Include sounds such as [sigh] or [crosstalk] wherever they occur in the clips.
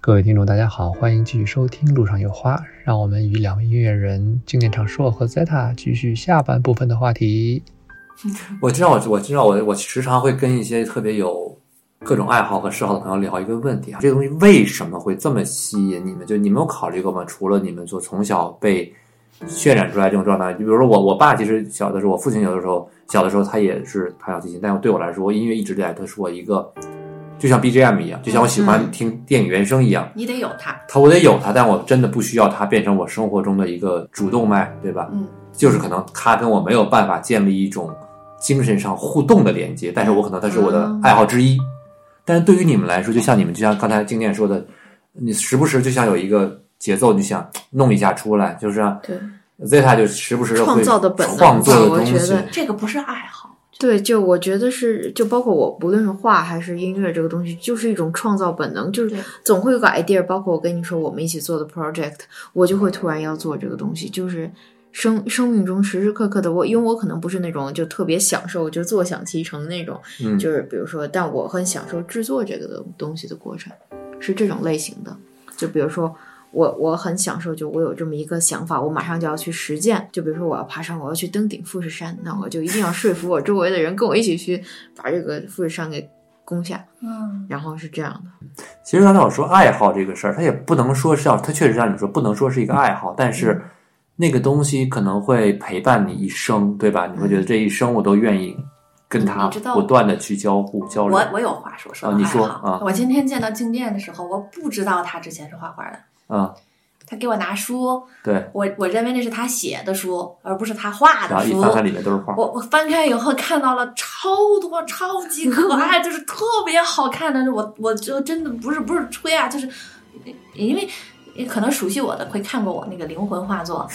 各位听众，大家好，欢迎继续收听《路上有花》，让我们与两位音乐人经典长硕和 Zeta 继续下半部分的话题。 [laughs] 我知道，我我知道，我我时常会跟一些特别有各种爱好和嗜好的朋友聊一个问题啊，这个东西为什么会这么吸引你们？就你们有考虑过吗？除了你们就从小被渲染出来这种状态，就比如说我，我爸其实小的时候，我父亲有的时候小的时候他也是弹小提琴，但是对我来说，音乐一直以来它是我一个就像 BGM 一样，就像我喜欢听电影原声一样，你得有它，它我得有它，但我真的不需要它变成我生活中的一个主动脉，对吧？嗯，就是可能它跟我没有办法建立一种精神上互动的连接，但是我可能它是我啊的爱好之一。但是对于你们来说，就像你们就像刚才经典说的，你时不时就像有一个节奏，你想弄一下出来，就是让对 Zeta 就时不时地会创造的本能创作的吧我东觉西得。这个不是爱好，对，就我觉得是，就包括我，不论是画还是音乐这个东西，就是一种创造本能，就是对总会有个 idea。包括我跟你说我们一起做的 project，我就会突然要做这个东西，就是生生命中时时刻刻的我，因为我可能不是那种就特别享受，就坐享其成那种，嗯，就是比如说，但我很享受制作这个的东西的过程，是这种类型的。就比如说，我我很享受，就我有这么一个想法，我马上就要去实践。就比如说，我要爬山，我要去登顶富士山，那我就一定要说服我周围的人跟我一起去把这个富士山给攻下。嗯，然后是这样的，其实刚才我说爱好这个事儿，它也不能说是要，它确实像你说，不能说是一个爱好，但嗯是那个东西可能会陪伴你一生，对吧？你会觉得这一生我都愿意跟它嗯你知道不断的去交互交流我我有话说说啊哦到爱好、你说啊我今天见到静电的时候，我不知道他之前是画画的，啊，他给我拿书，对。我我认为那是他写的书，而不是他画然的后一书。翻看里面都是画，我我翻开以后看到了超多超级可爱，就是特别好看的，我我就真的不是不是吹啊，就是因为。可能熟悉我的会看过我那个灵魂画作，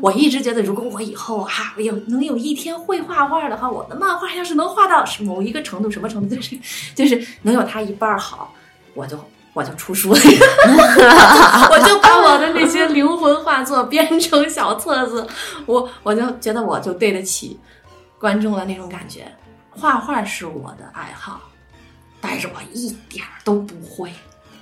我一直觉得，如果我以后哈、我有能有一天会画画的话，我的漫画要是能画到是某一个程度，什么程度就是就是能有它一半儿好，我就我就出书了， [laughs] 我就把我的那些灵魂画作编成小册子，我我就觉得我就对得起观众的那种感觉。画画是我的爱好，但是我一点儿都不会，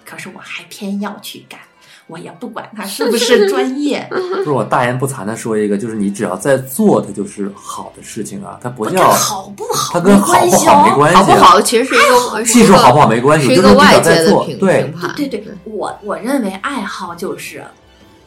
可是我还偏要去干，我也不管它是不是专 [laughs] 业，就是我大言不惭的说一个，就是你只要在做，它就是好的事情啊，它不我叫跟好不好它跟没好不关系好没哦。关好系不啊，好其实是一个技术好不好没关系，是一就是个你只外要界在的做，评对评，判。对对，我我认为爱好就是。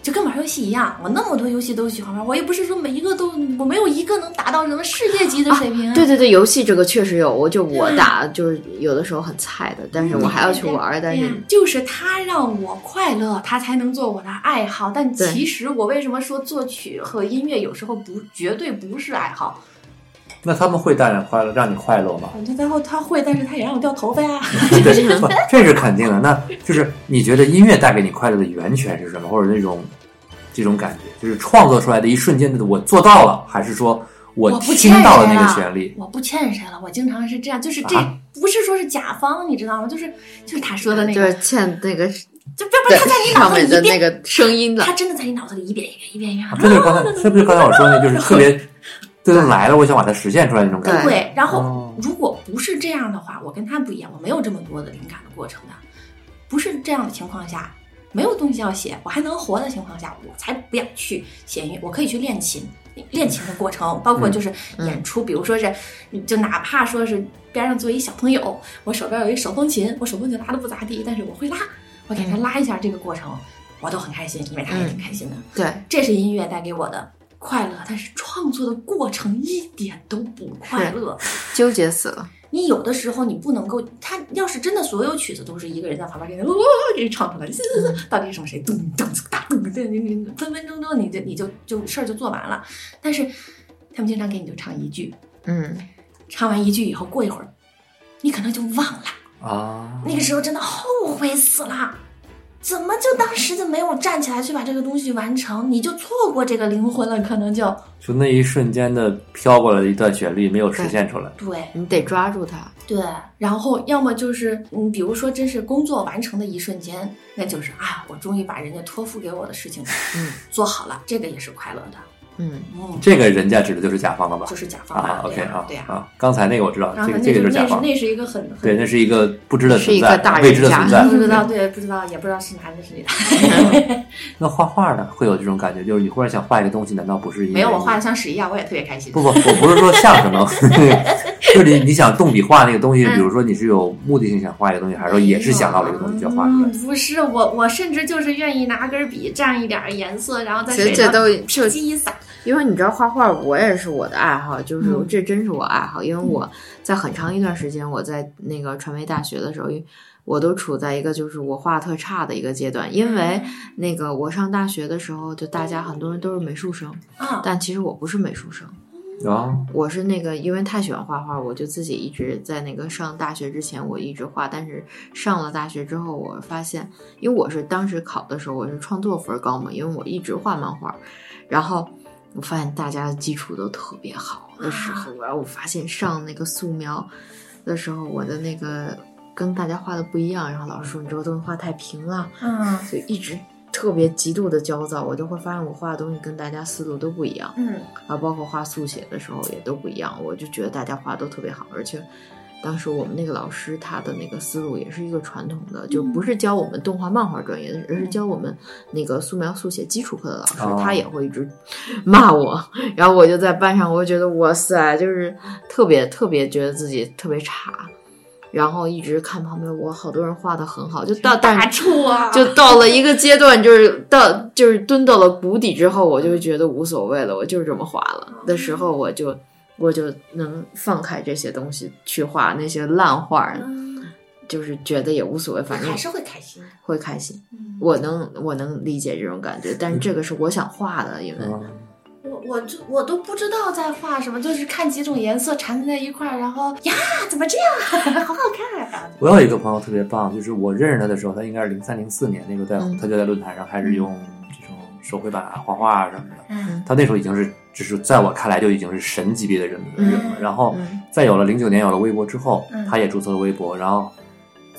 就跟玩游戏一样，我那么多游戏都喜欢玩，我也不是说每一个都，我没有一个能达到什么世界级的水平、啊啊对对对，游戏这个确实有，我就我打就是有的时候很菜的，嗯但是我还要去玩儿，但是对呀就是他让我快乐，他才能做我的爱好。但对其实我为什么说作曲和音乐有时候不绝对不是爱好？那他们会带来快乐，让你快乐吗？反正然后他会，但是他也让我掉头发呀、 [laughs] [laughs] 对，不这是肯定的。那就是你觉得音乐带给你快乐的源泉是什么，或者那种这种感觉，就是创作出来的一瞬间的我做到了，还是说我我不听欠到了谁那个了旋律？我不欠谁了，我经常是这样，就是这、啊不是说是甲方，你知道吗？就是就是他说的那就个，是欠那个就不是他在你脑上子里面的一那遍，个声音的他，真的在你脑子里一遍一遍一遍一啊遍。这就是啊刚才，这不就刚才我说的，就是特 [laughs] 别这种来了，我想把它实现出来那种感觉。对，然哦后如果不是这样的话，我跟他不一样，我没有这么多的灵感的过程的。不是这样的情况下，没有东西要写，我还能活的情况下，我才不要去写音乐。我可以去练琴，练琴的过程包括就是嗯演出，比如说是，你就哪怕说是边上坐一小朋友，我手边有一手风琴，我手风琴拉的不咋地，但是我会拉，我给他拉一下这个过程，我都很开心，因为他也挺开心的。对，这是音乐带给我的快乐，但是创作的过程一点都不快乐。纠结死了。你有的时候你不能够，他要是真的所有曲子都是一个人在旁边给你哇给你唱出来，嘶嘶嘶到底是什么谁咚咚哒咚，对你你分分钟钟你就你就就事儿就做完了。但是他们经常给你就唱一句，嗯，唱完一句以后过一会儿，你可能就忘了。啊，那个时候真的后悔死了，怎么就当时就没有站起来去把这个东西完成？你就错过这个灵魂了，可能就就那一瞬间的飘过来的一段旋律没有实现出来。对你得抓住它。对。然后要么就是，嗯，比如说真是工作完成的一瞬间，哎那就是啊，我终于把人家托付给我的事情嗯做好了，这个也是快乐的。嗯，嗯，这个人家指的就是甲方了吧？就是甲方啊嘛，OK 对呀啊，对呀。啊，刚才那个我知道，然后这个那这个就是甲那是方，那是一个很很对，那是一个不知的是存一个在，大人未知的家存在。不知道，对，不知道，也不知道是男的是女的。 [laughs] 那画画呢，会有这种感觉，就是你忽然想画一个东西，难道不是因为没有，我画的像屎一样，我也特别开心。不不，我不是说像什 [laughs] 么， [laughs] 就是你你想动笔画那个东西，嗯比如说你是有目的性想画一个东西，还是说也是想到了一个东西就要画出来哎嗯？不是我，我甚至就是愿意拿根笔蘸一点儿颜色，然后在其实水这上都手就机一撒，因为你知道画画，我也是我的爱好，就是嗯这真是我爱好。因为我在很长一段时间，我在那个传媒大学的时候，因为我都处在一个就是我画得特差的一个阶段。因为那个我上大学的时候，就大家很多人都是美术生，啊，但其实我不是美术生，啊，我是那个因为太喜欢画画，我就自己一直在那个上大学之前我一直画，但是上了大学之后，我发现，因为我是当时考的时候我是创作分高嘛，因为我一直画漫画，然后我发现大家的基础都特别好的时候，然后我发现上那个素描的时候，我的那个跟大家画的不一样，然后老师说你这个东西画太平了，嗯所以一直特别极度的焦躁，我就会发现我画的东西跟大家思路都不一样。嗯，啊，包括画速写的时候也都不一样，我就觉得大家画都特别好，而且当时我们那个老师他的那个思路也是一个传统的，就不是教我们动画漫画专业的，而是教我们那个素描速写基础课的老师，哦他也会一直骂我，然后我就在班上，我就觉得哇塞，就是特别特别觉得自己特别差。然后一直看旁边我好多人画的很好，就到但打怵啊，就到了一个阶段，就是到就是蹲到了谷底之后，我就觉得无所谓了，我就是这么画了的时候，我就我就能放开这些东西去画那些烂画儿，嗯就是觉得也无所谓，反正还是会开心的。会开心。嗯我能我能理解这种感觉，但是这个是我想画的，因为嗯我我就我都不知道在画什么，就是看几种颜色缠在一块儿，然后呀，怎么这样，好好看啊！ [laughs] 我有一个朋友特别棒，就是我认识他的时候，他应该是零三零四年那时候在，嗯他就在论坛上开始用这种手绘板啊、画画啊什么的。嗯他那时候已经是，就是在我看来就已经是神级别的人物嗯人物了。然后嗯再有了零九年有了微博之后嗯，他也注册了微博，然后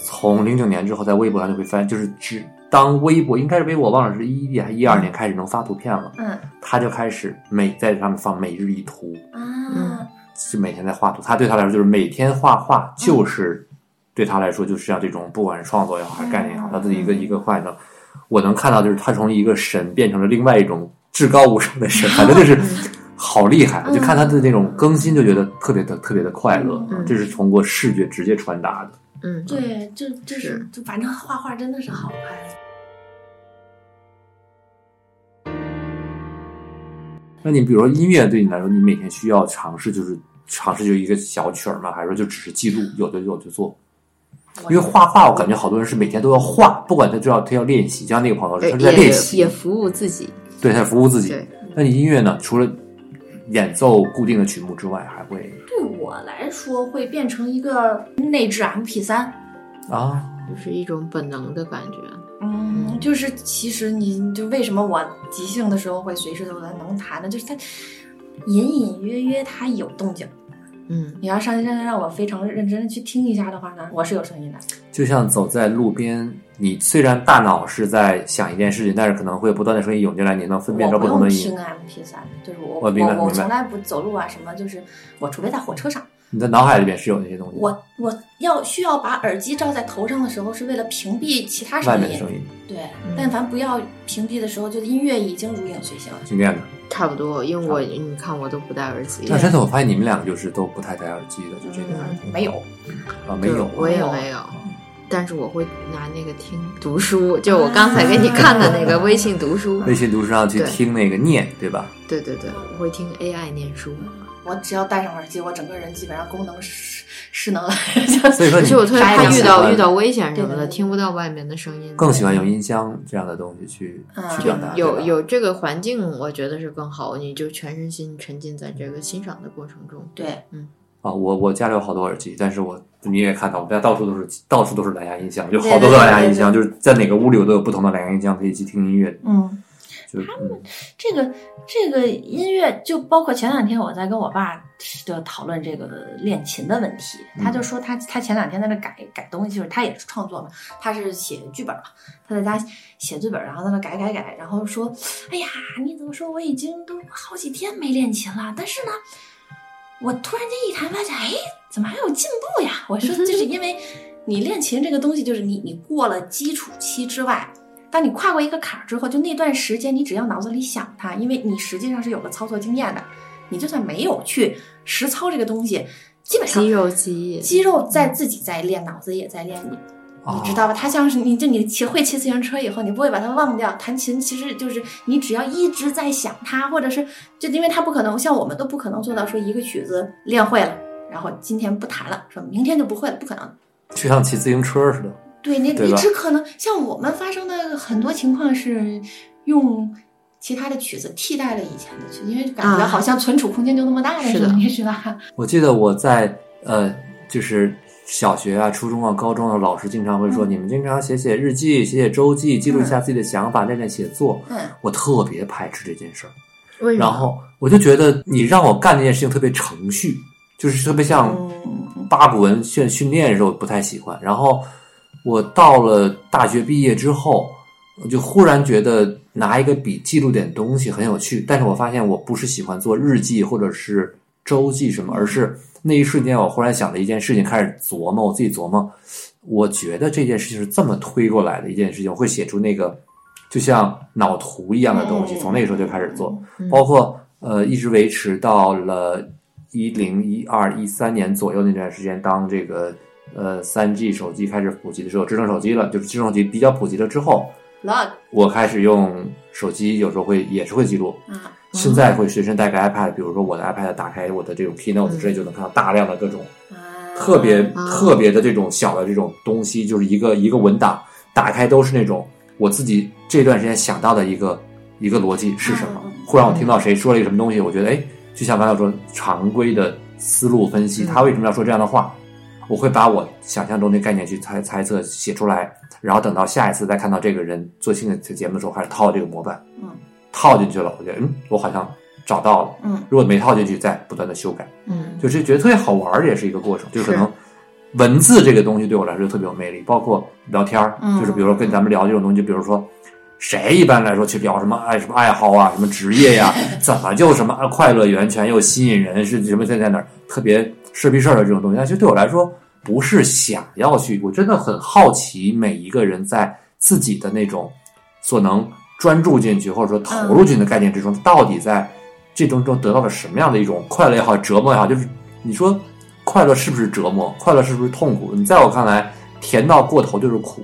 从零九年之后在微博上就会翻，就是只当微博应该是微博，我忘了是一一还是一二年开始能发图片了，嗯他就开始每在上面放每日一图，啊是每天在画图，他对他来说就是每天画画，就是、对他来说就是像这种不管是创作也好还是概念也好，他自己一个一个换上。我能看到就是他从一个神变成了另外一种至高无上的神，反正就是好厉害，啊就看他的那种更新就觉得特别的特别的快乐啊嗯，这是通过视觉直接传达的。嗯，对，就就是就反正画画真的是好看。那你比如说音乐对你来说，你每天需要尝试就是尝试就一个小曲儿吗？还是说就只是记录，有就有就做？因为画画，我感觉好多人是每天都要画，不管他就要他要练习，就像那个朋友，他是在也练也习，服务自己，对，他服务自己对。那你音乐呢？除了演奏固定的曲目之外，还会对我来说，会变成一个内置 MP 三。啊？就是一种本能的感觉。嗯，就是其实你你就为什么我即兴的时候会随时都能能弹呢？就是它隐隐约约它有动静。嗯，你要上真的让我非常认真的去听一下的话呢，我是有声音的。就像走在路边，你虽然大脑是在想一件事情，但是可能会不断的声音涌进来，你能分辨我出不不同的用音听。MP 啊三，就是我我明白我明白从来不走路啊什么，就是我除非在火车上，你的脑海里面是有那些东西，我我要需要把耳机罩在头上的时候，是为了屏蔽其他外声面的音。声音对，嗯但凡不要屏蔽的时候，就音乐已经如影随形了。训练的。差不多，因为我你看我都不戴耳机，那真的，我发现你们两个就是都不太戴耳机的，就这个感觉嗯，没有，啊，没有啊，我也有没有，但是我会拿那个听读书，就我刚才给你看的那个微信读书，啊微信读书上去对听那个念，对吧？ [laughs] 对对对，我会听 AI 念书。我只要戴上耳机，我整个人基本上功能失失能了。就所以说可你嗯是我特别怕更喜遇到欢遇到危险什么对对的，对听不到外面的声音，更喜欢用音箱这样的东西去嗯去就表达，有对吧有这个环境，我觉得是更好，你就全身心沉浸在这个欣赏的过程中。对，啊，我我家里有好多耳机，但是我你也看到，我们家到处都是到处都是蓝牙音箱，有对好多对个蓝牙对音箱，对就是在哪个屋里我都有不同的蓝牙音箱可以去听音乐，嗯，就嗯这个这个音乐，就包括前两天我在跟我爸的讨论这个练琴的问题，嗯他就说他他前两天在那改改东西，就是他也是创作嘛，他是写剧本嘛，他在家写剧本，然后在那改改改，然后说，哎呀，你怎么说我已经都好几天没练琴了，但是呢，我突然间一弹发现，哎，怎么还有进步呀？我说这是因为你练琴这个东西，就是你你过了基础期之外，当你跨过一个坎儿之后，就那段时间，你只要脑子里想它，因为你实际上是有了操作经验的，你就算没有去实操这个东西，基本上肌肉嗯记忆，肌肉在自己在练，脑子也在练，你啊你哦知道吧？它像是你就你骑会骑自行车以后，你不会把它忘掉。弹琴其实就是你只要一直在想它，或者是就因为它不可能像我们都不可能做到说一个曲子练会了，然后今天不弹了，说明天就不会了，不可能。就像骑自行车似的，对你，对你吧只可能像我们发生的很多情况是用其他的曲子替代了以前的曲子，因为感觉啊好像存储空间就那么大了，是的的，你知道吧？我记得我在呃，就是小学啊、初中啊、高中啊，老师经常会说，嗯你们经常写写日记、写写周记，记录一下自己的想法，练练写作。嗯，我特别排斥这件事儿，为什然么？后我就觉得你让我干这件事情特别程序，就是特别像嗯八股文训训练的时候不太喜欢，然后我到了大学毕业之后，我就忽然觉得拿一个笔记录点东西很有趣，但是我发现我不是喜欢做日记或者是周记什么，而是那一瞬间我忽然想了一件事情，开始琢磨，我自己琢磨，我觉得这件事情是这么推过来的一件事情，我会写出那个就像脑图一样的东西，嗯从那个时候就开始做。嗯包括呃，一直维持到了一零一二一三年左右那段时间，当这个呃三 G 手机开始普及的时候，智能手机了，就是智能手机比较普及了之后， ，log 我开始用手机，有时候会也是会记录。嗯啊，现在会随身带个 iPad，比如说我的 iPad 打开我的这种 Keynote 之类，就能看到大量的各种啊特别啊特别的这种小的这种东西，就是一个一个文档打开都是那种我自己这段时间想到的一个一个逻辑是什么嗯嗯。忽然我听到谁说了一个什么东西，我觉得哎，就像刚才说常规的思路分析，嗯他为什么要说这样的话？我会把我想象中的概念去猜猜测写出来，然后等到下一次再看到这个人做新的节目的时候，还是套这个模板，嗯套进去了，我觉得嗯，我好像找到了。嗯如果没套进去，再不断的修改。嗯，就是觉得特别好玩儿，也是一个过程。就是是可能文字这个东西对我来说特别有魅力，包括聊天儿，嗯就是比如说跟咱们聊这种东西，就比如说谁一般来说去聊什么爱什么爱好啊，什么职业呀、怎么就什么啊快乐源泉又吸引人，是什么在在哪儿特别是逼事儿的这种东西，但其实对我来说不是想要去，我真的很好奇每一个人在自己的那种所能专注进去或者说投入进去的概念之中，到底在这种中得到了什么样的一种快乐也好，折磨也好，就是你说快乐是不是折磨？快乐是不是痛苦？你在我看来，甜到过头就是苦，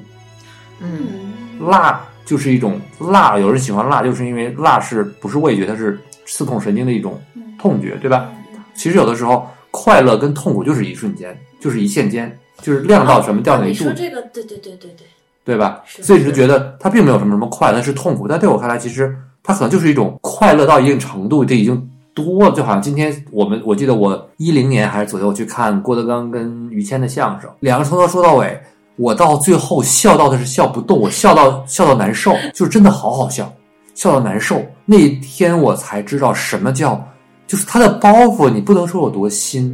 嗯嗯辣就是一种辣，有人喜欢辣，就是因为辣是不是味觉，它是刺痛神经的一种嗯痛觉，对吧？其实有的时候，快乐跟痛苦就是一瞬间，就是一线间，就是亮到什么掉哦哪你一说度，这个，对对对对对，对吧？是所以你就觉得它并没有什么什么快乐，它是痛苦。但对我看来，其实它可能就是一种快乐到一定程度，这已经多了。就好像今天我们，我记得我一零年还是左右去看郭德纲跟于谦的相声，两个人从头说到尾，我到最后笑到的是笑不动，我笑到笑到难受，就是真的好好笑，笑到难受。那一天我才知道什么叫，就是他的包袱，你不能说有多新。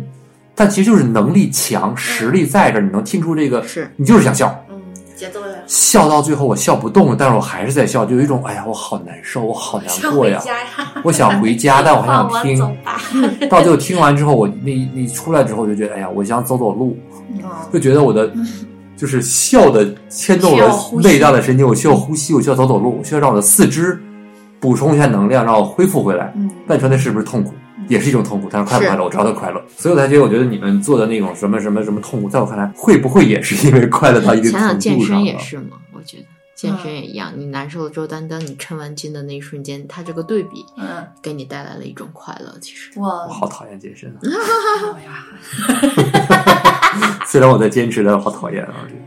但其实就是能力强，实力在这儿，你能听出这个，是你就是想笑，嗯，节奏呀，笑到最后我笑不动了，但是我还是在笑，就有一种哎呀，我好难受，我好难过呀想回，家 [laughs] 呀，我想回家，但我还 [laughs] 放想我听。走吧， [laughs] 到最后听完之后，我那那出来之后就觉得，哎呀，我想走走路，嗯就觉得我的就是笑的牵动需要了呼吸内脏的神经，我需要呼吸，我需要走走路，我需要让我的四肢补充一下能量，让我恢复回来。嗯，但你说那是不是痛苦？也是一种痛苦，但是快不快乐？我知道它快乐，所以我才觉得，我觉得你们做的那种什么什么什么痛苦，在我看来，会不会也是因为快乐到一定想想程健度上身了？也是嘛，我觉得健嗯身也一样，你难受了之后，但当你称完斤的那一瞬间，它这个对比嗯，给你带来了一种快乐。其实，我 [laughs] 我好讨厌健身啊！哎呀虽然我在坚持，但是好讨厌啊！这个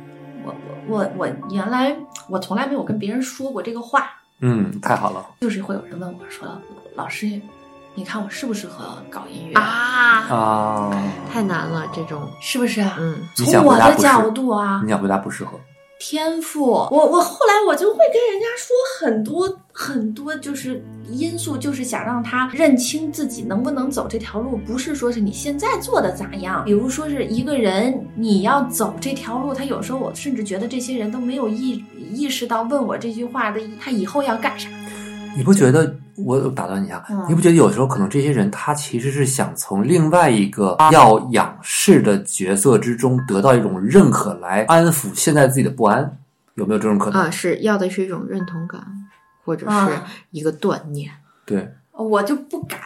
我我我我原来我从来没有跟别人说过这个话，嗯，太好了就是会有人问我说：“老师，你看我适不适合搞音乐？啊，啊！太难了，这种，是不是啊？”嗯，你想从回我答的不角是，度啊你，想回答不适合，天赋。我我后来我就会跟人家说很多很多，就是因素，就是想让他认清自己能不能走这条路，不是说是你现在做的咋样。比如说是一个人你要走这条路，他有时候我甚至觉得这些人都没有意意识到问我这句话的他以后要干啥。你不觉得？我打断你一下嗯，你不觉得有时候可能这些人他其实是想从另外一个要仰视的角色之中得到一种认可，来安抚现在自己的不安？有没有这种可能？啊，是要的是一种认同感，或者是嗯啊一个断念，对，我就不敢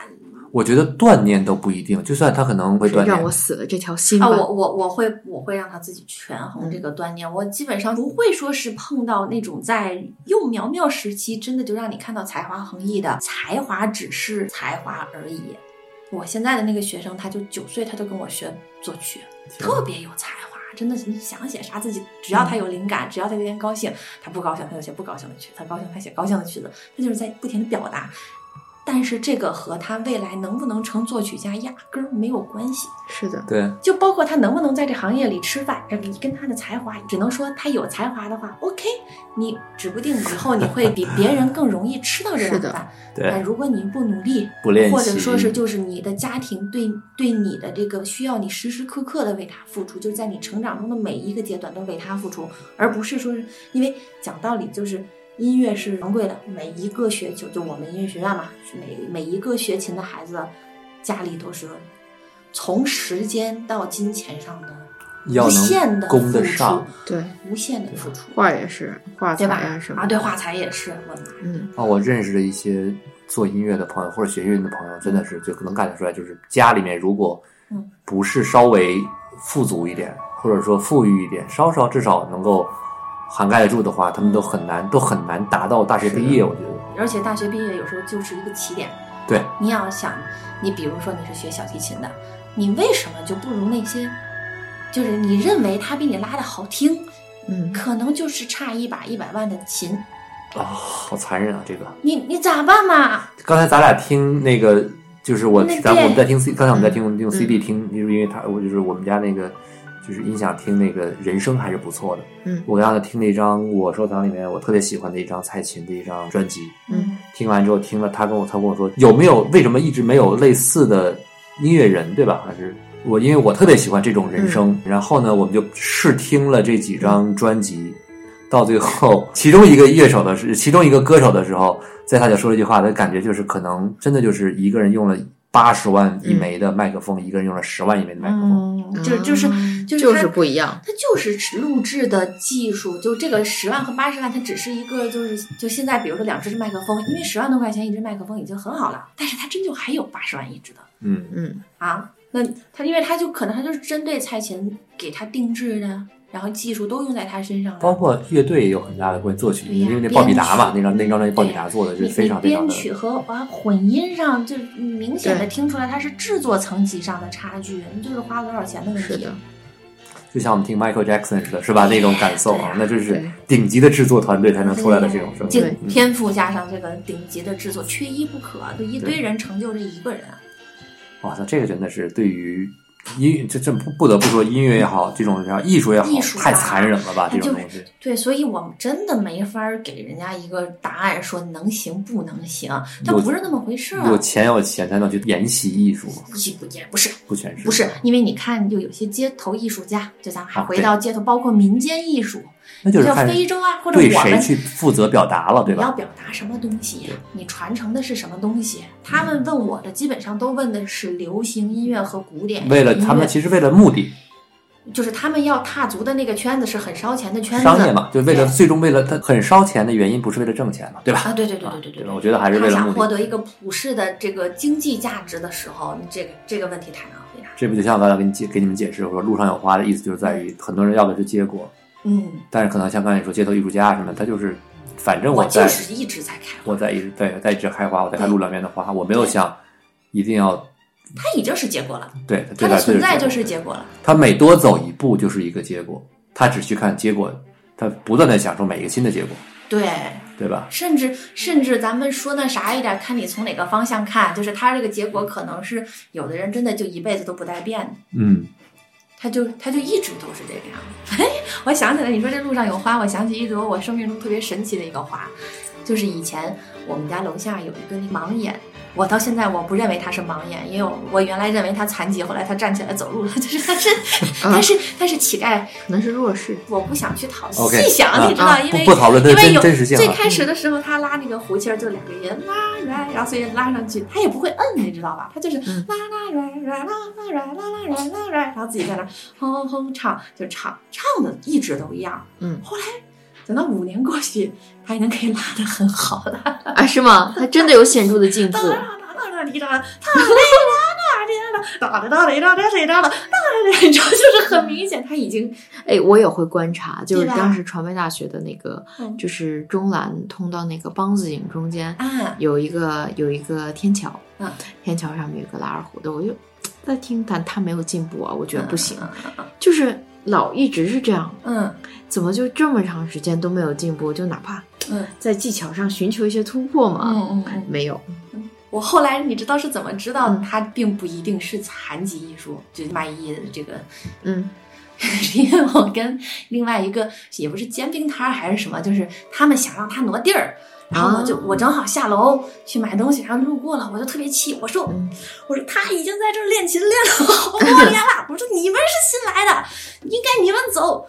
我觉得断念都不一定，就算他可能会是断让我念，死了这条心吧。啊，我我我会我会让他自己权衡这个观念，我基本上不会说是碰到那种在幼苗苗时期真的就让你看到才华横溢的，才华只是才华而已。我现在的那个学生，他就九岁，他就跟我学作曲，特别有才华，真的是你想写啥自己，只要他有灵感，只要他有点高兴，他不高兴他就写不高兴的曲，他高兴他写高兴的曲子，他就是在不停的表达。但是这个和他未来能不能成作曲家压根儿没有关系。是的，对，就包括他能不能在这行业里吃饭，这跟他的才华，只能说他有才华的话，OK，你指不定以后你会比别人更容易吃到这碗是的饭。但对，啊如果你不努力，不练习，嗯或者说是就是你的家庭对对你的这个需要你时时刻刻的为他付出，就是在你成长中的每一个阶段都为他付出，而不是说是因为讲道理就是。音乐是昂贵的，每一个学就就我们音乐学院嘛，每每一个学琴的孩子，家里都是从时间到金钱上的要无限能的供得付出上。啊对，无限的付出，画也是，画材对吧？呀什么啊，对，画材也是，我的妈呀嗯，啊，我认识的一些做音乐的朋友或者学乐音的朋友，真的是就能感觉出来，就是家里面如果嗯不是稍微富足一点，或者说富裕一点，稍稍至少能够涵盖得住的话，他们都很难都很难达到大学毕业。我觉得，而且大学毕业有时候就是一个起点，对，你要想，你比如说你是学小提琴的，你为什么就不如那些，就是你认为他比你拉的好听，嗯，可能就是差一把一百万的琴，啊、好残忍啊！这个你你咋办嘛？刚才咱俩听那个，就是我那咱对我们在听 C，刚才我们在听、嗯用 CD 听，就是因为他我就是我们家那个就是音响听那个人声还是不错的。嗯我刚才听了一张我收藏里面我特别喜欢的一张蔡琴的一张专辑，嗯听完之后听了他跟我他跟我说有没有为什么一直没有类似的音乐人对吧？还是我因为我特别喜欢这种人声，嗯然后呢我们就试听了这几张专辑，到最后其中一个乐手的是其中一个歌手的时候，在他就说了一句话，他感觉就是可能真的就是一个人用了八十万一枚的麦克风，一个人用了十万一枚的麦克风，嗯，就就是就是就他是不一样，它就是录制的技术，就这个十万和八十万，它只是一个就是就现在，比如说两只麦克风，因为十万多块钱一只麦克风已经很好了，但是它真就还有八十万一只的嗯嗯啊。那它因为它就可能它就是针对蔡琴给他定制的，然后技术都用在他身上了。包括乐队也有很大的关系，作曲，对呀因为那鲍比达嘛，编那曲张那张专辑鲍比达做的你是非你常非常编的。曲和啊混音上，就明显的对听出来它是制作层级上的差距，就是花了多少钱的问题。是的，就像我们听 Michael Jackson 似的，是吧？那种感受对啊啊，那就是对顶级的制作团队才能出来的这种声这个音。嗯天赋加上这个顶级的制作，缺一不可。就一堆人成就这一个人啊。哇塞，这个真的是对于音，这这不不得不说，音乐也好，这种叫艺术也好艺，术啊太残忍了吧？它这就种东西，对，所以我们真的没法儿给人家一个答案，说能行不能行，它有不是啊那么回事儿有。钱有钱才能去研习艺术，也不也不是，不全是不是，因为你看，就有些街头艺术家，就咱们还嗯啊回对到街头，包括民间艺术，那就是像看非洲啊，或者对我谁们去负责表达了，对你要吧？表达什么东西呀、你传承的是什么东西？他们问我的基本上都问的是流行音乐和古典音乐。为了他们，其实为了目的，就是他们要踏足的那个圈子是很烧钱的圈子，商业嘛，就为了对最终为了他很烧钱的原因，不是为了挣钱嘛，对吧？啊，对对对对对对对，吧？我觉得还是为了他想目获的。得一个普世的这个经济价值的时候，你这个这个问题太难回答。这不就像咱俩给你解给你们解释，我说路上有花的意思，就是在于很多人要的是结果，嗯，但是可能像刚才你说街头艺术家什么，他就是反正我在就是一直在开花，我在一直在在一直开花，我在看路两边的花，我没有想一定要它已经是结果了，对它对的他存在就是结果了。他每多走一步就是一个结果，他只去看结果，他不断的享受每一个新的结果，对，对吧？甚至甚至咱们说那啥一点，看你从哪个方向看，就是它这个结果可能是有的人真的就一辈子都不带变的，嗯，他就他就一直都是这个样子。哎， [laughs] 我想起来，你说这路上有花，我想起一朵我生命中特别神奇的一个花，就是以前我们家楼下有一个盲眼，我到现在我不认为他是盲眼，因为我我原来认为他残疾，后来他站起来走路了， [laughs] 就是他是啊他是他是乞丐，可能是弱 [laughs] 势。我不想去讨 OK，细想，啊你知道，因不为不讨论这因为真有真实性啊最了。开始的时候，他拉那个胡琴儿，就两个人拉来，然后所以拉上去，他也不会摁，你知道吧？他就是嗯拉拉来来拉拉来拉拉来拉来，然后自己在那儿哼哼哼唱，就唱唱的一直都一样。嗯后来等到五年过去，他已经可以拉的很好了。啊，是吗？他真的有显著的进 [laughs] 步哒。哒哒哒滴哒，哒滴哒哒滴哒，哒哒哒滴哒哒滴哒哒，哒哒，你知道，就是很明显，他已经哎，我也会观察，就是对吧当时传媒大学的那个嗯，就是中蓝通到那个梆子井中间啊，有一个有一个天桥，嗯，天桥上面有一个拉二胡的，我就在听，但他没有进步啊，我觉得不行，嗯就是老一直是这样，嗯怎么就这么长时间都没有进步？就哪怕嗯在技巧上寻求一些突破嘛，嗯嗯。没有，我后来你知道是怎么知道嗯他并不一定是残疾艺术，就卖艺的这个，嗯 [laughs] 是因为我跟另外一个也不是煎饼摊儿还是什么，就是他们想让他挪地儿。然后我就啊我正好下楼去买东西，然后路过了，我就特别气，我说嗯我说他已经在这儿练琴练了好多年了， [laughs] 我说你们是新来的，应该你们走。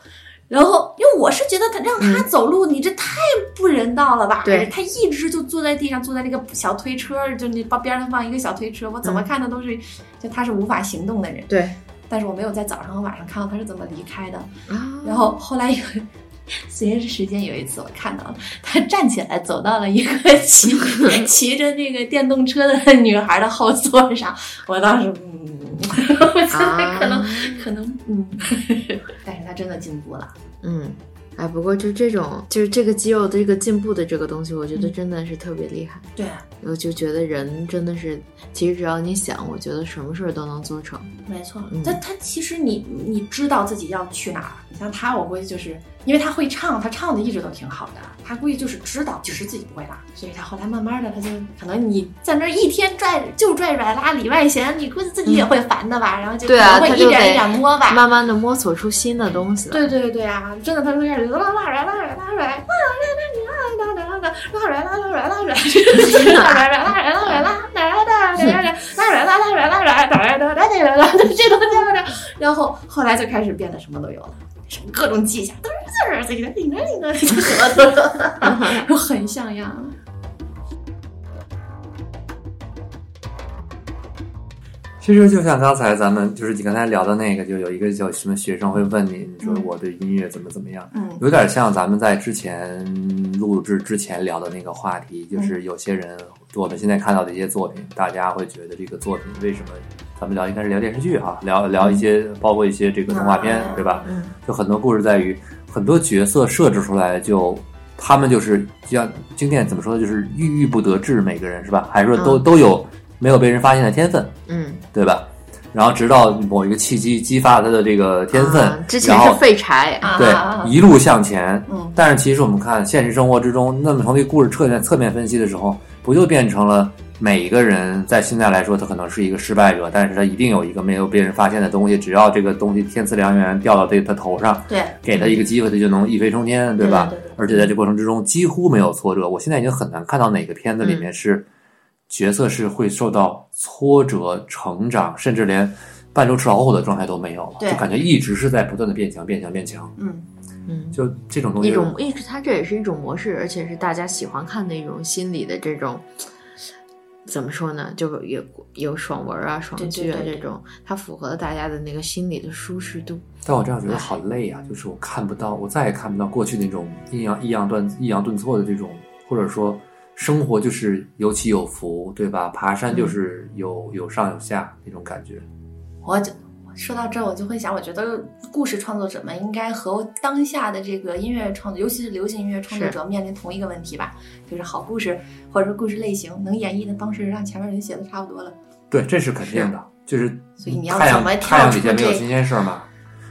然后，因为我是觉得他让他走路，你这太不人道了吧？嗯对他一直就坐在地上，坐在那个小推车儿，就你把边上放一个小推车，我怎么嗯看他都是，就他是无法行动的人。对但是我没有在早上和晚上看到他是怎么离开的。啊，然后后来有， [laughs] 随着时间有一次我看到了他站起来走到了一个骑 [laughs] 骑着那个电动车的女孩的后座上，我当时嗯， [laughs] 我现在 [laughs] 可能、啊可能嗯， [laughs] 但是他真的进步了，嗯。哎，不过就这种，就是这个肌肉的这个进步的这个东西，我觉得嗯真的是特别厉害。对啊，我就觉得人真的是，其实只要你想，我觉得什么事儿都能做成。没错嗯，但他其实你你知道自己要去哪儿，像他我估计就是因为他会唱，他唱的一直都挺好的，他估计就是知道，只是自己不会拉，所以他后来慢慢的他就可能你在那儿一天拽就拽拽拉里外弦，你估计自己也会烦的吧，然后就嗯对啊可能他会就一点得一点摸吧。慢慢的摸索出新的东西来。对对对啊，真的，他就开始拉拉拉拉拉拉拉拉拉拉拉拉拉拉拉拉拉拉拉拉这种这样的，然后后来就开始变得什么都有了，什么各种技巧，嘚儿嘚儿，这个那个那个，什么都有，很像样。其实就像刚才咱们就是你刚才聊的那个，就有一个叫什么学生会问你，你说嗯我对音乐怎么怎么样，嗯有点像咱们在之前录制之前聊的那个话题，就是有些人我们现在看到的一些作品，大家会觉得这个作品为什么？咱们聊应该是聊电视剧啊，聊聊一些包括一些这个动画片嗯，对吧？嗯就很多故事在于很多角色设置出来就。他们就是就像经典怎么说呢，就是郁郁不得志，每个人是吧？还是说都、嗯都有没有被人发现的天分？嗯，对吧？然后直到某一个契机激发了他的这个天分，啊之前然是后废柴，啊对、一路向啊前。嗯但是其实我们看现实生活之中，那么从这个故事侧面侧面分析的时候，不就变成了每一个人在现在来说，他可能是一个失败者，但是他一定有一个没有被人发现的东西，只要这个东西天赐良缘掉到这他头上，对，给他一个机会，他就能一飞冲天，对吧？对对对而且在这过程之中几乎没有挫折。我现在已经很难看到哪个片子里面是、角色是会受到挫折、成长，甚至连半路吃老虎的状态都没有了，对就感觉一直是在不断的变强、变强、变强。嗯嗯，就这种东西，一种，一它这也是一种模式，而且是大家喜欢看的一种心理的这种，怎么说呢？就有有爽文啊、爽剧对对啊对对这种，它符合了大家的那个心理的舒适度。但我这样觉得好累啊！就是我看不到，我再也看不到过去那种抑扬抑扬顿抑扬顿挫的这种，或者说生活就是有起有伏，对吧？爬山就是有、有上有下那种感觉。我就说到这儿，我就会想，我觉得故事创作者们应该和当下的这个音乐创作，尤其是流行音乐创作者面临同一个问题吧，就是好故事或者说故事类型能演绎的方式让前面人写的差不多了。对，这是肯定的，就是所以你要太阳怎么太阳跳底下出没有这新鲜事儿嘛。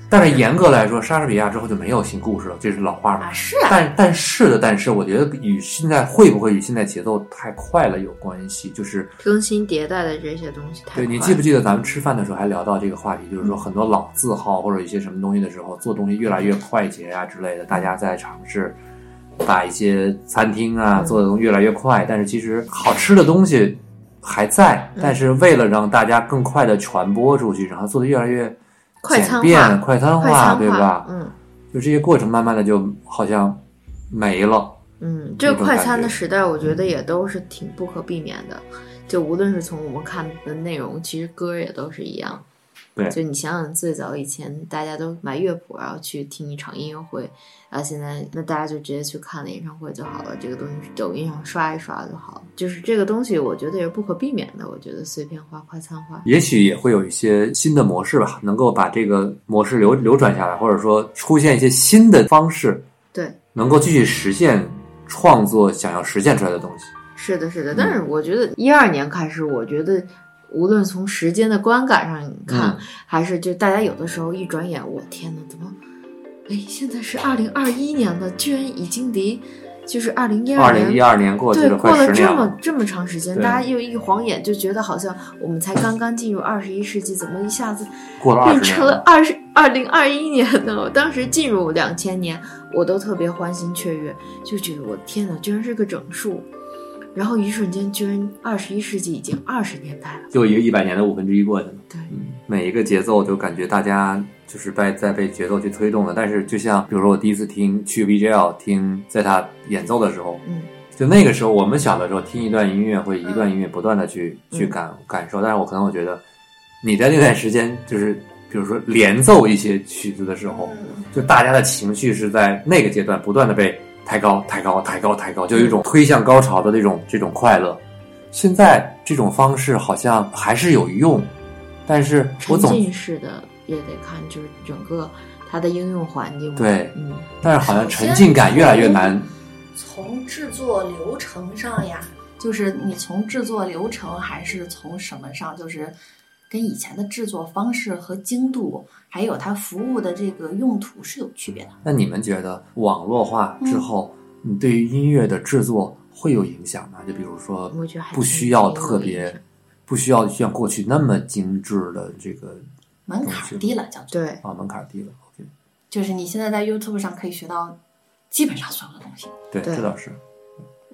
但是严格来说，莎士比亚之后就没有新故事了，这是老话嘛啊，。是啊，但但是的，但是我觉得与现在会不会与现在节奏太快了有关系，就是更新迭代的这些东西太快对了。嗯你记不记得咱们吃饭的时候还聊到这个话题，就是说很多老字号或者一些什么东西的时候，做东西越来嗯越快捷啊之类的，大家在尝试把一些餐厅啊嗯做的东西越来越快，但是其实好吃的东西还在嗯，但是为了让大家更快的传播出去，然后做的越来越快餐简化便、快餐快餐化，啊对吧？嗯就这些过程慢慢的就好像没了。嗯，这个种快感餐的觉嗯时代，我觉得也都是挺不可避免的。就无论是从我们看的内容，其实歌也都是一样。对就你想想，最早以前大家都买乐谱，然后去听一场音乐会，然后现在那大家就直接去看了演唱会就好了，这个东西抖音上刷一刷就好了。就是这个东西，我觉得也是不可避免的。我觉得碎片化、快餐化，也许也会有一些新的模式吧，能够把这个模式流流转下来，或者说出现一些新的方式，对，能够继续实现创作想要实现出来的东西。是的，嗯是的，但是我觉得一二年开始，我觉得无论从时间的观感上看，嗯还是就大家有的时候一转眼，我天呐，怎么，哎，现在是二零二一年了，居然已经离就是二零一二二零一年。二年过去对，了，过快了十这年么了。这么长时间，对大家又一晃眼就觉得好像我们才刚刚进入二十一世纪，怎么一下子过了二变十年成了了，二十二零二一年呢？我当时进入两千年，我都特别欢欣雀跃，就觉得我天哪，居然是个整数。然后一瞬间，居然二十一世纪已经二十年代了。就一个一百年的五分之一过去了。对嗯，每一个节奏就感觉大家就是被在被节奏去推动了。但是就像比如说我第一次听去 VGL 听在他演奏的时候，嗯，就那个时候，我们小的时候听一段音乐会，一段音乐不断的去、嗯去感感受。但是我可能我觉得，你在那段时间就是，比如说连奏一些曲子的时候，就大家的情绪是在那个阶段不断的被抬高、抬高、抬高、嗯抬高，就有一种推向高潮的这种这种快乐。现在这种方式好像还是有用，但是我沉总浸式的也得看，就是整个它的应用环境嘛。对嗯，但是好像沉浸感越来越难。从制作流程上呀，就是你从制作流程还是从什么上，就是跟以前的制作方式和精度，还有它服务的这个用途是有区别的。那你们觉得网络化之嗯后，你对于音乐的制作会有影响吗？就比如说我觉得还，是不需要挺有特影别响，不需要像过去那么精致的这个门槛儿低了，叫做对，啊门槛低了。OK，就是你现在在 YouTube 上可以学到基本上所有的东西，对，对这倒是。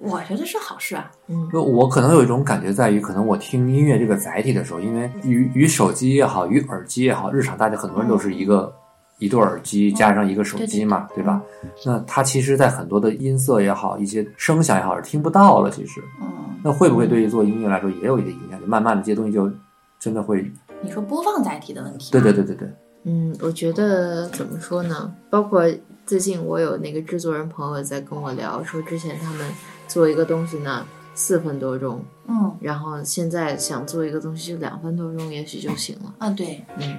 我觉得是好事啊。嗯，就我可能有一种感觉，在于可能我听音乐这个载体的时候，因为与与手机也好，与耳机也好，日常大家很多人都是一个、一对耳机加上一个手机嘛，嗯对对对对吧？那它其实，在很多的音色也好，一些声响也好，是听不到了。其实，嗯，那会不会对于做音乐来说也有一些影响？就慢慢的，这些东西就真的会，你说播放载体的问题，对对对对对，嗯，我觉得怎么说呢？包括最近我有那个制作人朋友在跟我聊，说之前他们做一个东西呢四分多钟，嗯然后现在想做一个东西就两分多钟也许就行了。啊对，嗯，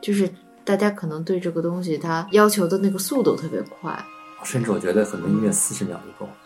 就是大家可能对这个东西它要求的那个速度特别快。甚至我觉得很多音乐四十秒就够了。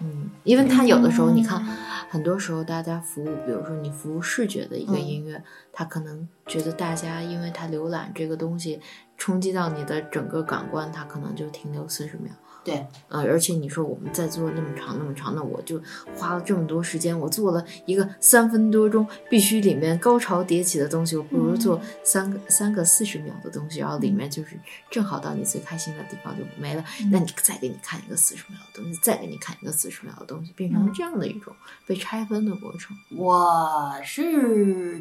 嗯，因为它有的时候你看，嗯很多时候大家服务，比如说你服务视觉的一个嗯音乐，它可能觉得大家因为它浏览这个东西冲击到你的整个感官，它可能就停留四十秒。对，呃，而且你说我们在做那么长那么长的，我就花了这么多时间，我做了一个三分多钟，必须里面高潮迭起的东西，我不如做嗯三个、三个四十秒的东西，然后里面就是正好到你最开心的地方就没了。嗯那你再给你看一个四十秒的东西，再给你看一个四十秒的东西，变成嗯这样的一种被拆分的过程。我是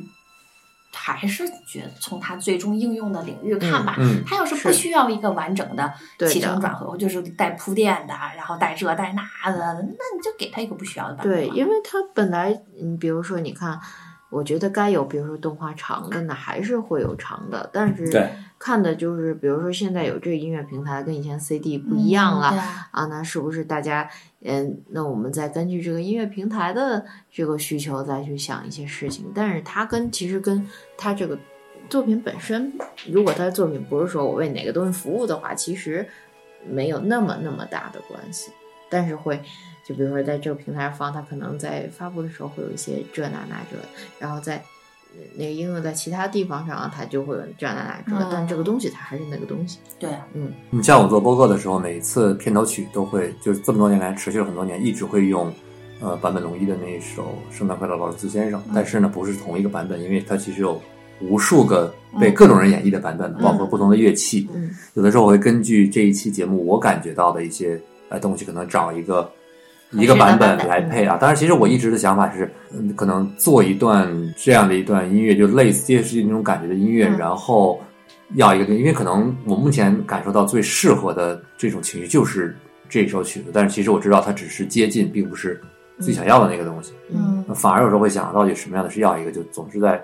还是觉得从它最终应用的领域看吧。嗯，它要是不是需要一个完整的对起的承转合，就是带铺垫的，然后带这带那的，那你就给它一个不需要的版本对，嘛。因为它本来，嗯，比如说你看，我觉得该有，比如说动画长的呢，还是会有长的，但是对看的就是，比如说现在有这个音乐平台，跟以前 CD 不嗯一样了、对啊啊，那是不是大家，嗯，那我们再根据这个音乐平台的这个需求再去想一些事情，但是它跟其实跟它这个作品本身，如果它的作品不是说我为哪个东西服务的话，其实没有那么那么大的关系，但是会。就比如说，在这个平台上放，它可能在发布的时候会有一些这那那这，然后在那个应用在其他地方上啊，它就会有这样那那之嗯，类但这个东西它还是那个东西。对啊，你像我做播客的时候，每一次片头曲都会，就是这么多年来持续了很多年，一直会用，呃，坂本龙一的那一首《圣诞快乐，劳伦斯先生》，但是呢，不是同一个版本，因为它其实有无数个被各种人演绎的版本，包括不同的乐器。嗯有的时候我会根据这一期节目我感觉到的一些呃东西，可能找一个合适的一个版本版本嗯来配啊。当然，其实我一直的想法是，嗯，可能做一段这样的一段音乐，就类似电视剧那种感觉的音乐，嗯然后要一个，因为可能我目前感受到最适合的这种情绪就是这首曲子，但是其实我知道它只是接近，并不是自己想要的那个东西。嗯，反而有时候会想到底什么样的是要一个，就总是在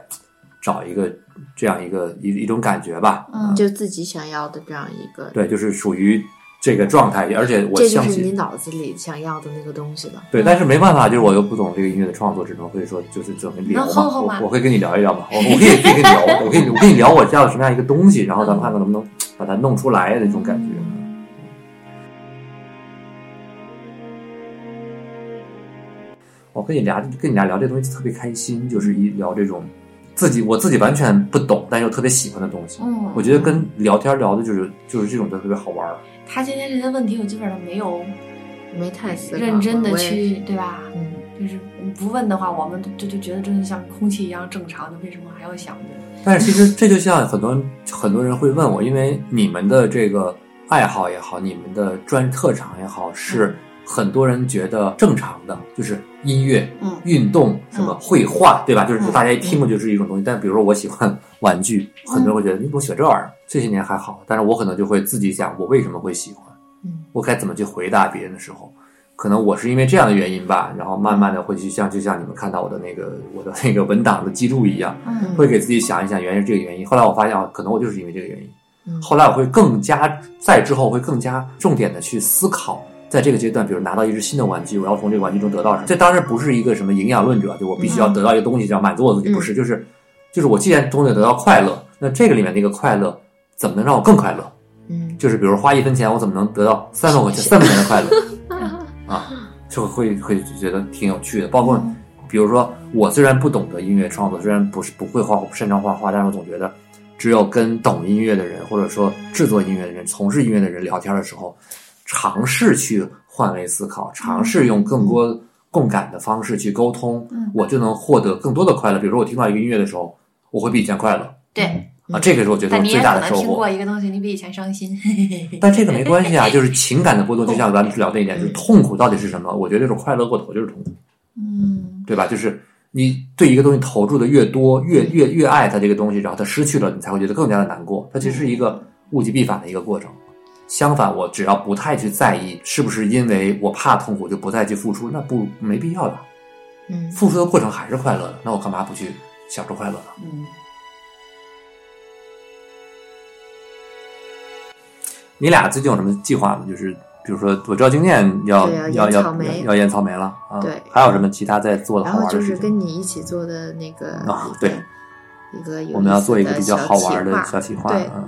找一个这样一个一一种感觉吧。嗯就自己想要的这样一个，对，就是属于这个状态，而且我这就相是信你脑子里想要的那个东西了。对，但是没办法，就是我又不懂这个音乐的创作，只能会说就是只能聊能嘛吼，吼吗我我会跟你聊一聊嘛，我我可以可以跟你聊，我可以我跟你聊我要什么样一个东西，然后咱们看看能不能把它弄出来的那种感觉。嗯我跟你聊跟你俩聊这东西特别开心，就是一聊这种自己我自己完全不懂但又特别喜欢的东西，嗯，我觉得跟聊天聊的就是就是这种就特别好玩儿。他今天这些问题，我基本上没有没太思考认真的过，我也去，对吧？嗯，就是不问的话，我们就就觉得真的像空气一样正常，就为什么还要想着？但是其实这就像很多人很多人会问我，因为你们的这个爱好也好，你们的专特长也好，嗯是很多人觉得正常的，就是音乐、嗯运动、什么嗯绘画，对吧？就是嗯大家一听过就是一种东西。但比如说我喜欢玩具，嗯很多人会觉得你怎么喜欢这玩意儿？这些年还好，但是我可能就会自己想，我为什么会喜欢？嗯，我该怎么去回答别人的时候，可能我是因为这样的原因吧，然后慢慢的会去像就像你们看到我的那个我的那个文档的记录一样。嗯会给自己想一想，原因是这个原因。后来我发现啊，可能我就是因为这个原因。嗯后来我会更加在之后会更加重点的去思考，在这个阶段，比如拿到一只新的玩具，我要从这个玩具中得到什么。这当然不是一个什么营养论者，就我必须要嗯得到一个东西，就要满足我自己，嗯不是，就是就是我既然从中得到快乐，那这个里面那个快乐怎么能让我更快乐？嗯就是比如花一分钱，我怎么能得到三万块钱、三万块钱的快 [laughs] 乐啊？就会会觉得挺有趣的。包括嗯比如说，我虽然不懂得音乐创作，虽然不是不会画，不擅长画画，但是我总觉得，只有跟懂音乐的人，或者说制作音乐的人、从事音乐的人聊天的时候，尝试去换位思考，尝试用更多共感的方式去沟通，嗯我就能获得更多的快乐。比如说，我听到一个音乐的时候，我会比以前快乐对，啊，这个是我觉得嗯但我你也最可大的能收听获。过一个东西，你比以前伤心。 [laughs] 嘿嘿嘿但这个没关系啊，就是情感的波动，就像咱们聊那一点，就是痛苦到底是什么？我觉得这种快乐过头就是痛苦，嗯对吧？就是你对一个东西投入的越多，越越越爱它这个东西，然后它失去了，你才会觉得更加的难过。它其实是一个物极必反的一个过程。相反，我只要不太去在意，是不是因为我怕痛苦就不再去付出？那不没必要的，嗯付出的过程还是快乐的。那我干嘛不去享受快乐呢？嗯，你俩最近有什么计划吗？就是比如说，我知道今年要对要要腌要草莓要腌草莓了啊，对还有什么其他在做的然好后玩的就事是情？跟你一起做的那个啊一个对，一个有我们要做一意个思的比较好玩的小小企企划，对，嗯，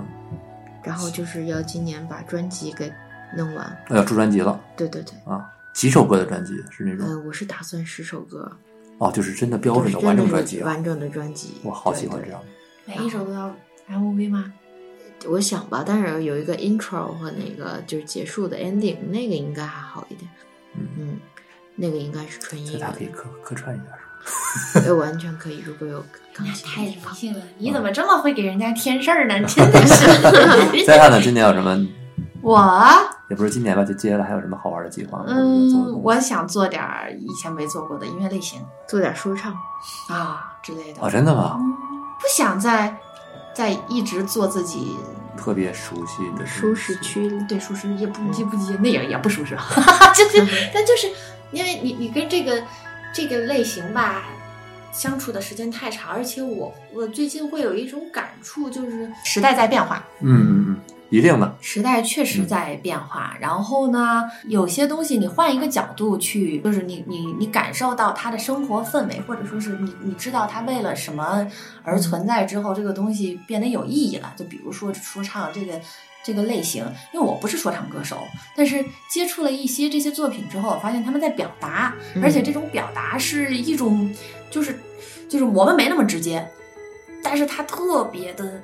然后就是要今年把专辑给弄完。要出专辑了，对对对，几首歌的专辑是那种嗯，我是打算十首歌，哦，就是真的标就准是的真完整是专辑啊，完整的专辑。我好对喜欢对这样。每一首都要 MV 吗？我想吧，但是有一个 intro 和那个就是结束的 ending，那个应该还好一点。嗯嗯，那个应该是纯所音以他可以乐，客客串一下， [laughs] 呃完全可以。如果有钢琴太的地荣方，幸了！你嗯怎么这么会给人家添事儿呢？真的 [laughs] 是再看看今年有什么， [laughs] 我，也不是今年吧，就接下来还有什么好玩的计划吗？嗯，我想做点儿以前没做过的音乐类型做点说唱，啊之类的哦，。真的吗？嗯，不想再再一直做自己特别熟悉的舒适区里。对，属实也不嗯也不也那也也不属实， [laughs] 就是但就是因为你你跟这个这个类型吧相处的时间太长，而且我我最近会有一种感触，就是时代在变化，嗯嗯嗯，一定的，时代确实嗯在变化。然后呢，有些东西你换一个角度去，就是你你你感受到他的生活氛围，或者说是你你知道他为了什么而存在之后，这个东西变得有意义了。就比如说说唱这个。这个类型，因为我不是说唱歌手，但是接触了一些这些作品之后，我发现他们在表达，嗯而且这种表达是一种，就是就是我们没那么直接，但是它特别的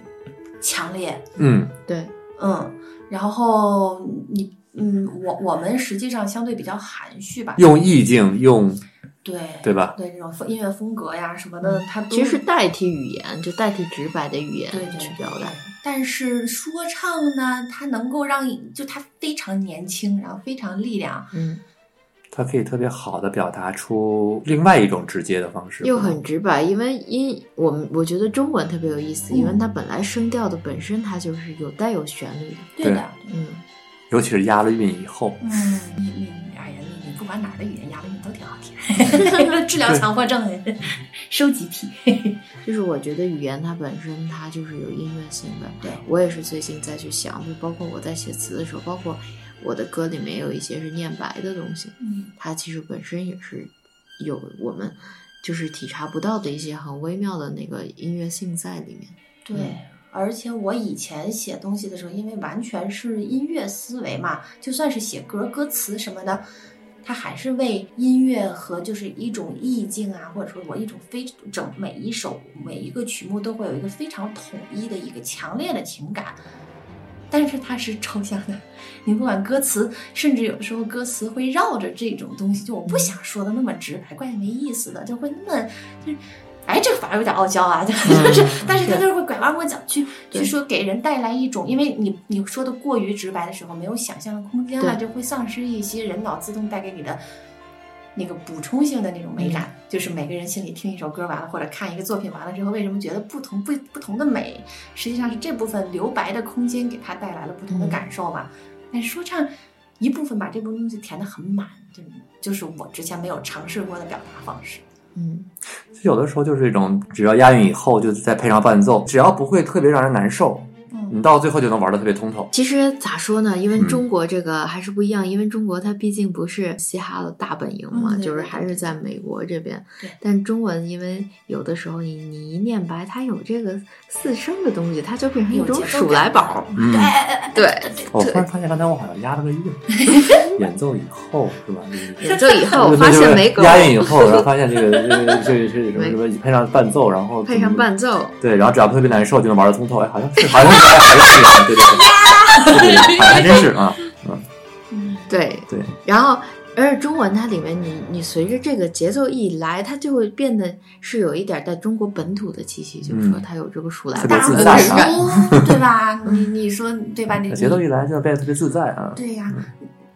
强烈，嗯对，嗯，然后你，嗯，我我们实际上相对比较含蓄吧，用意境用对对吧？对这种风音乐风格呀什么的，它都嗯其实是代替语言，就代替直白的语言对对去表达。但是说唱呢，它能够让就它非常年轻，然后非常力量，嗯，它可以特别好的表达出另外一种直接的方式，又很直白，因为因我们我觉得中文特别有意思，因嗯为它本来声调的本身它就是有带有旋律的。对的，嗯，尤其是押了韵以后，嗯，你你你哎呀，你你不管哪儿的语言压力你都挺好 [laughs] 听， [laughs] 治疗强迫症，收集 [laughs] 癖， [laughs] 就是我觉得语言它本身它就是有音乐性的。对我也是最近在去想，就包括我在写词的时候，包括我的歌里面有一些是念白的东西，嗯它其实本身也是有我们就是体察不到的一些很微妙的那个音乐性在里面。对嗯。而且我以前写东西的时候，因为完全是音乐思维嘛，就算是写歌、歌词什么的，它还是为音乐和就是一种意境啊，或者说我一种非整每一首每一个曲目都会有一个非常统一的一个强烈的情感，但是它是抽象的，你不管歌词，甚至有时候歌词会绕着这种东西，就我嗯不想说的那么直白，怪没意思的，就会那么就是。哎，这个反而有点傲娇啊， [laughs] 就是，但是他就是会拐弯抹角去去嗯对说，给人带来一种，因为你你说的过于直白的时候，没有想象的空间了，就对会丧失一些人脑自动带给你的那个补充性的那种美感。嗯就是每个人心里听一首歌完了，或者看一个作品完了之后，为什么觉得不同不不同的美，实际上是这部分留白的空间给他带来了不同的嗯感受吧。但是说唱一部分把这部分东西填得很满，就就是我之前没有尝试过的表达方式。嗯，就有的时候就是一种只要押韵以后就再配上伴奏，只要不会特别让人难受，嗯你到最后就能玩的特别通透。其实咋说呢？因为嗯中国这个还是不一样，因为中国它毕竟不是嘻哈的大本营嘛，嗯对就是对对还是在美国这边对。但中文因为有的时候你你一念白，它有这个四声的东西，它就变成一有种节奏数来感宝。嗯，哎对， [laughs] 我忽然发现刚才我好像押了个 [laughs] 韵，演奏以后是吧？就是演奏 [laughs] 以后对发对现对没狗，押韵以后，然后发现 [laughs] 这个这个这个是什么没什么配上伴奏，然后配上伴奏，对，然后只要特别难受就能玩的通透，哎，好像是好 [laughs] 像是哎好像是啊，对对对，对对对，哎好像还真是啊，嗯，对对，然后，而且中文它里面你，你随着这个节奏一来，它就会变得是有一点带中国本土的气息，就是说嗯它有这个数来特别宝大自的在味啊儿叔，对吧？你你说对哎吧？你节奏一来就变得特别自在啊，对呀、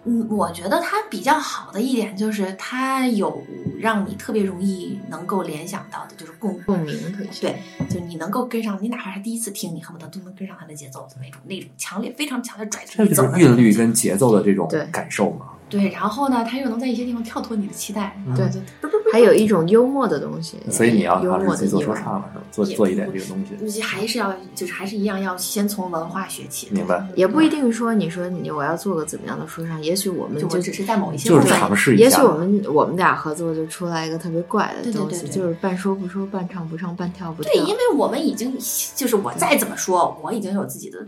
嗯，我觉得它比较好的一点就是它有让你特别容易能够联想到的，就是共共鸣可以说。对，就你能够跟上，你哪怕是第一次听，你恨不得都能跟上它的节奏的那种那种强烈、非常强烈拽着这你就走是的韵律跟节奏的这种对感受嘛。对，然后呢，它又能在一些地方跳脱你的期待，嗯对，还有一种幽默的东西，所以你要幽尝试默自的己做意说外，唱了，是吧？做也做一点不这个东西，估计还是要就是还是一样要先从文化学起，明白也不一定说你说你我要做个怎么样的说唱，也许我们就我就只是在某一些就是部分尝试一也许下我。们我们俩合作就出来一个特别怪的对对东对西，对就是半说不说，半唱不唱，半跳不跳。对，因为我们已经就是我再怎么说，我已经有自己的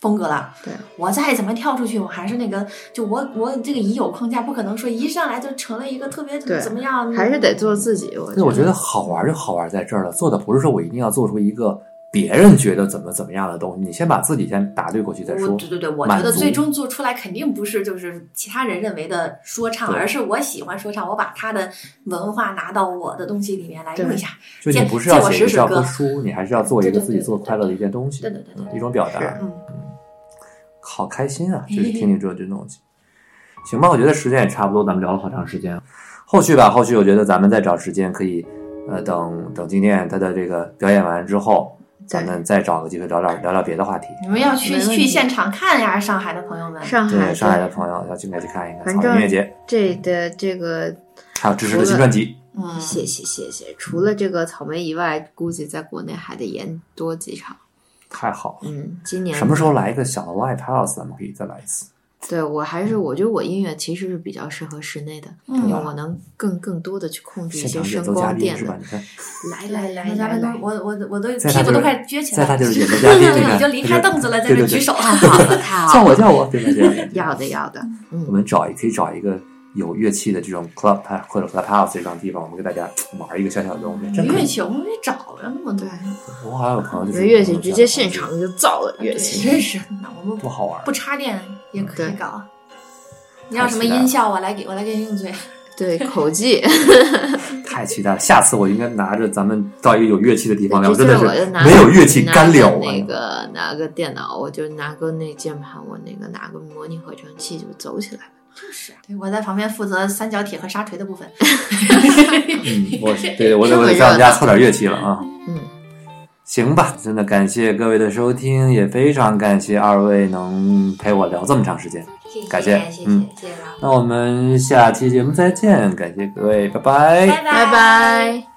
风格了。对，我再怎么跳出去，我还是那个，就我我这个已有框架，不可能说一上来就成了一个特别对怎么样，还是得做自己。我对，我觉得好玩就好玩在这儿了。做的不是说我一定要做出一个别人觉得怎么怎么样的东西，你先把自己先打对过去再我说。对对对，我满觉得足最终做出来肯定不是就是其他人认为的说唱，对而是我喜欢说唱，我把他的文化拿到我的东西里面来用一下。就你见不是要见我写一试试教歌科书，你还是要做一对个对自己对做对快乐的一件东西，对对对对嗯一种表达是。嗯，哎好开心啊！嘿就是嘿听你这这东西。行吧，我觉得时间也差不多，咱们聊了好长时间。后续吧，后续我觉得咱们再找时间可以，呃，等等今天他的这个表演完之后，咱们再找个机会聊聊聊聊别的话题。你们要去没问题啊去现场看呀，上海的朋友们。上海对，上海对的朋友要应该去看一看反草莓正音乐节，这的这个还有芝士的新专辑。嗯，谢谢谢谢，除了这个草莓以外，估计在国内还得演多几场。太好了，嗯，今年什么时候？来一个小的 live house，咱们可以再来一次。对我还嗯是我觉得我音乐其实是比较适合室内的，嗯因为我能更更多的去控制一现些场演声奏嘉光宾电是吧的？。你看，来来来来来来来来来，，我我我都在屁他股就是都快撅起来在了，他就是演奏 [laughs] 嘉宾，你看，你就离开凳子了，在对这对 [laughs] 举对手。啊太好了太好叫了，我叫我，对吧？这样啊 [laughs] 要的要的，我嗯，们找也可以找一个有乐器的这种 club 它或者 club house 这种地方，我们给大家玩一个小小的嗯东西。真可乐器我们也找了那么多对，，我好像有朋友就有是乐器直接现场就造了乐器，对真是那我们不不好玩，不插电也可以对搞。你要什么太期待了音效，我来给我来给你用嘴。对 [laughs] 口技，太期待了。下次我应该拿着咱们到一个有乐器的地方，然这后次真的我就是拿没有乐器干聊拿啊那个拿个电脑，我就拿个那键盘，我那个拿个模拟合成器就走起来。啊就是，对我在旁边负责三角铁和沙锤的 [laughs] 部分。嗯，我对我得我这么得热上我们家闹凑点乐器了啊。嗯，行吧，真的感谢各位的收听，也非常感谢二位能陪我聊这么长时间。感谢谢谢嗯谢谢老那我们下期节目再见，感谢各位，拜拜拜拜拜。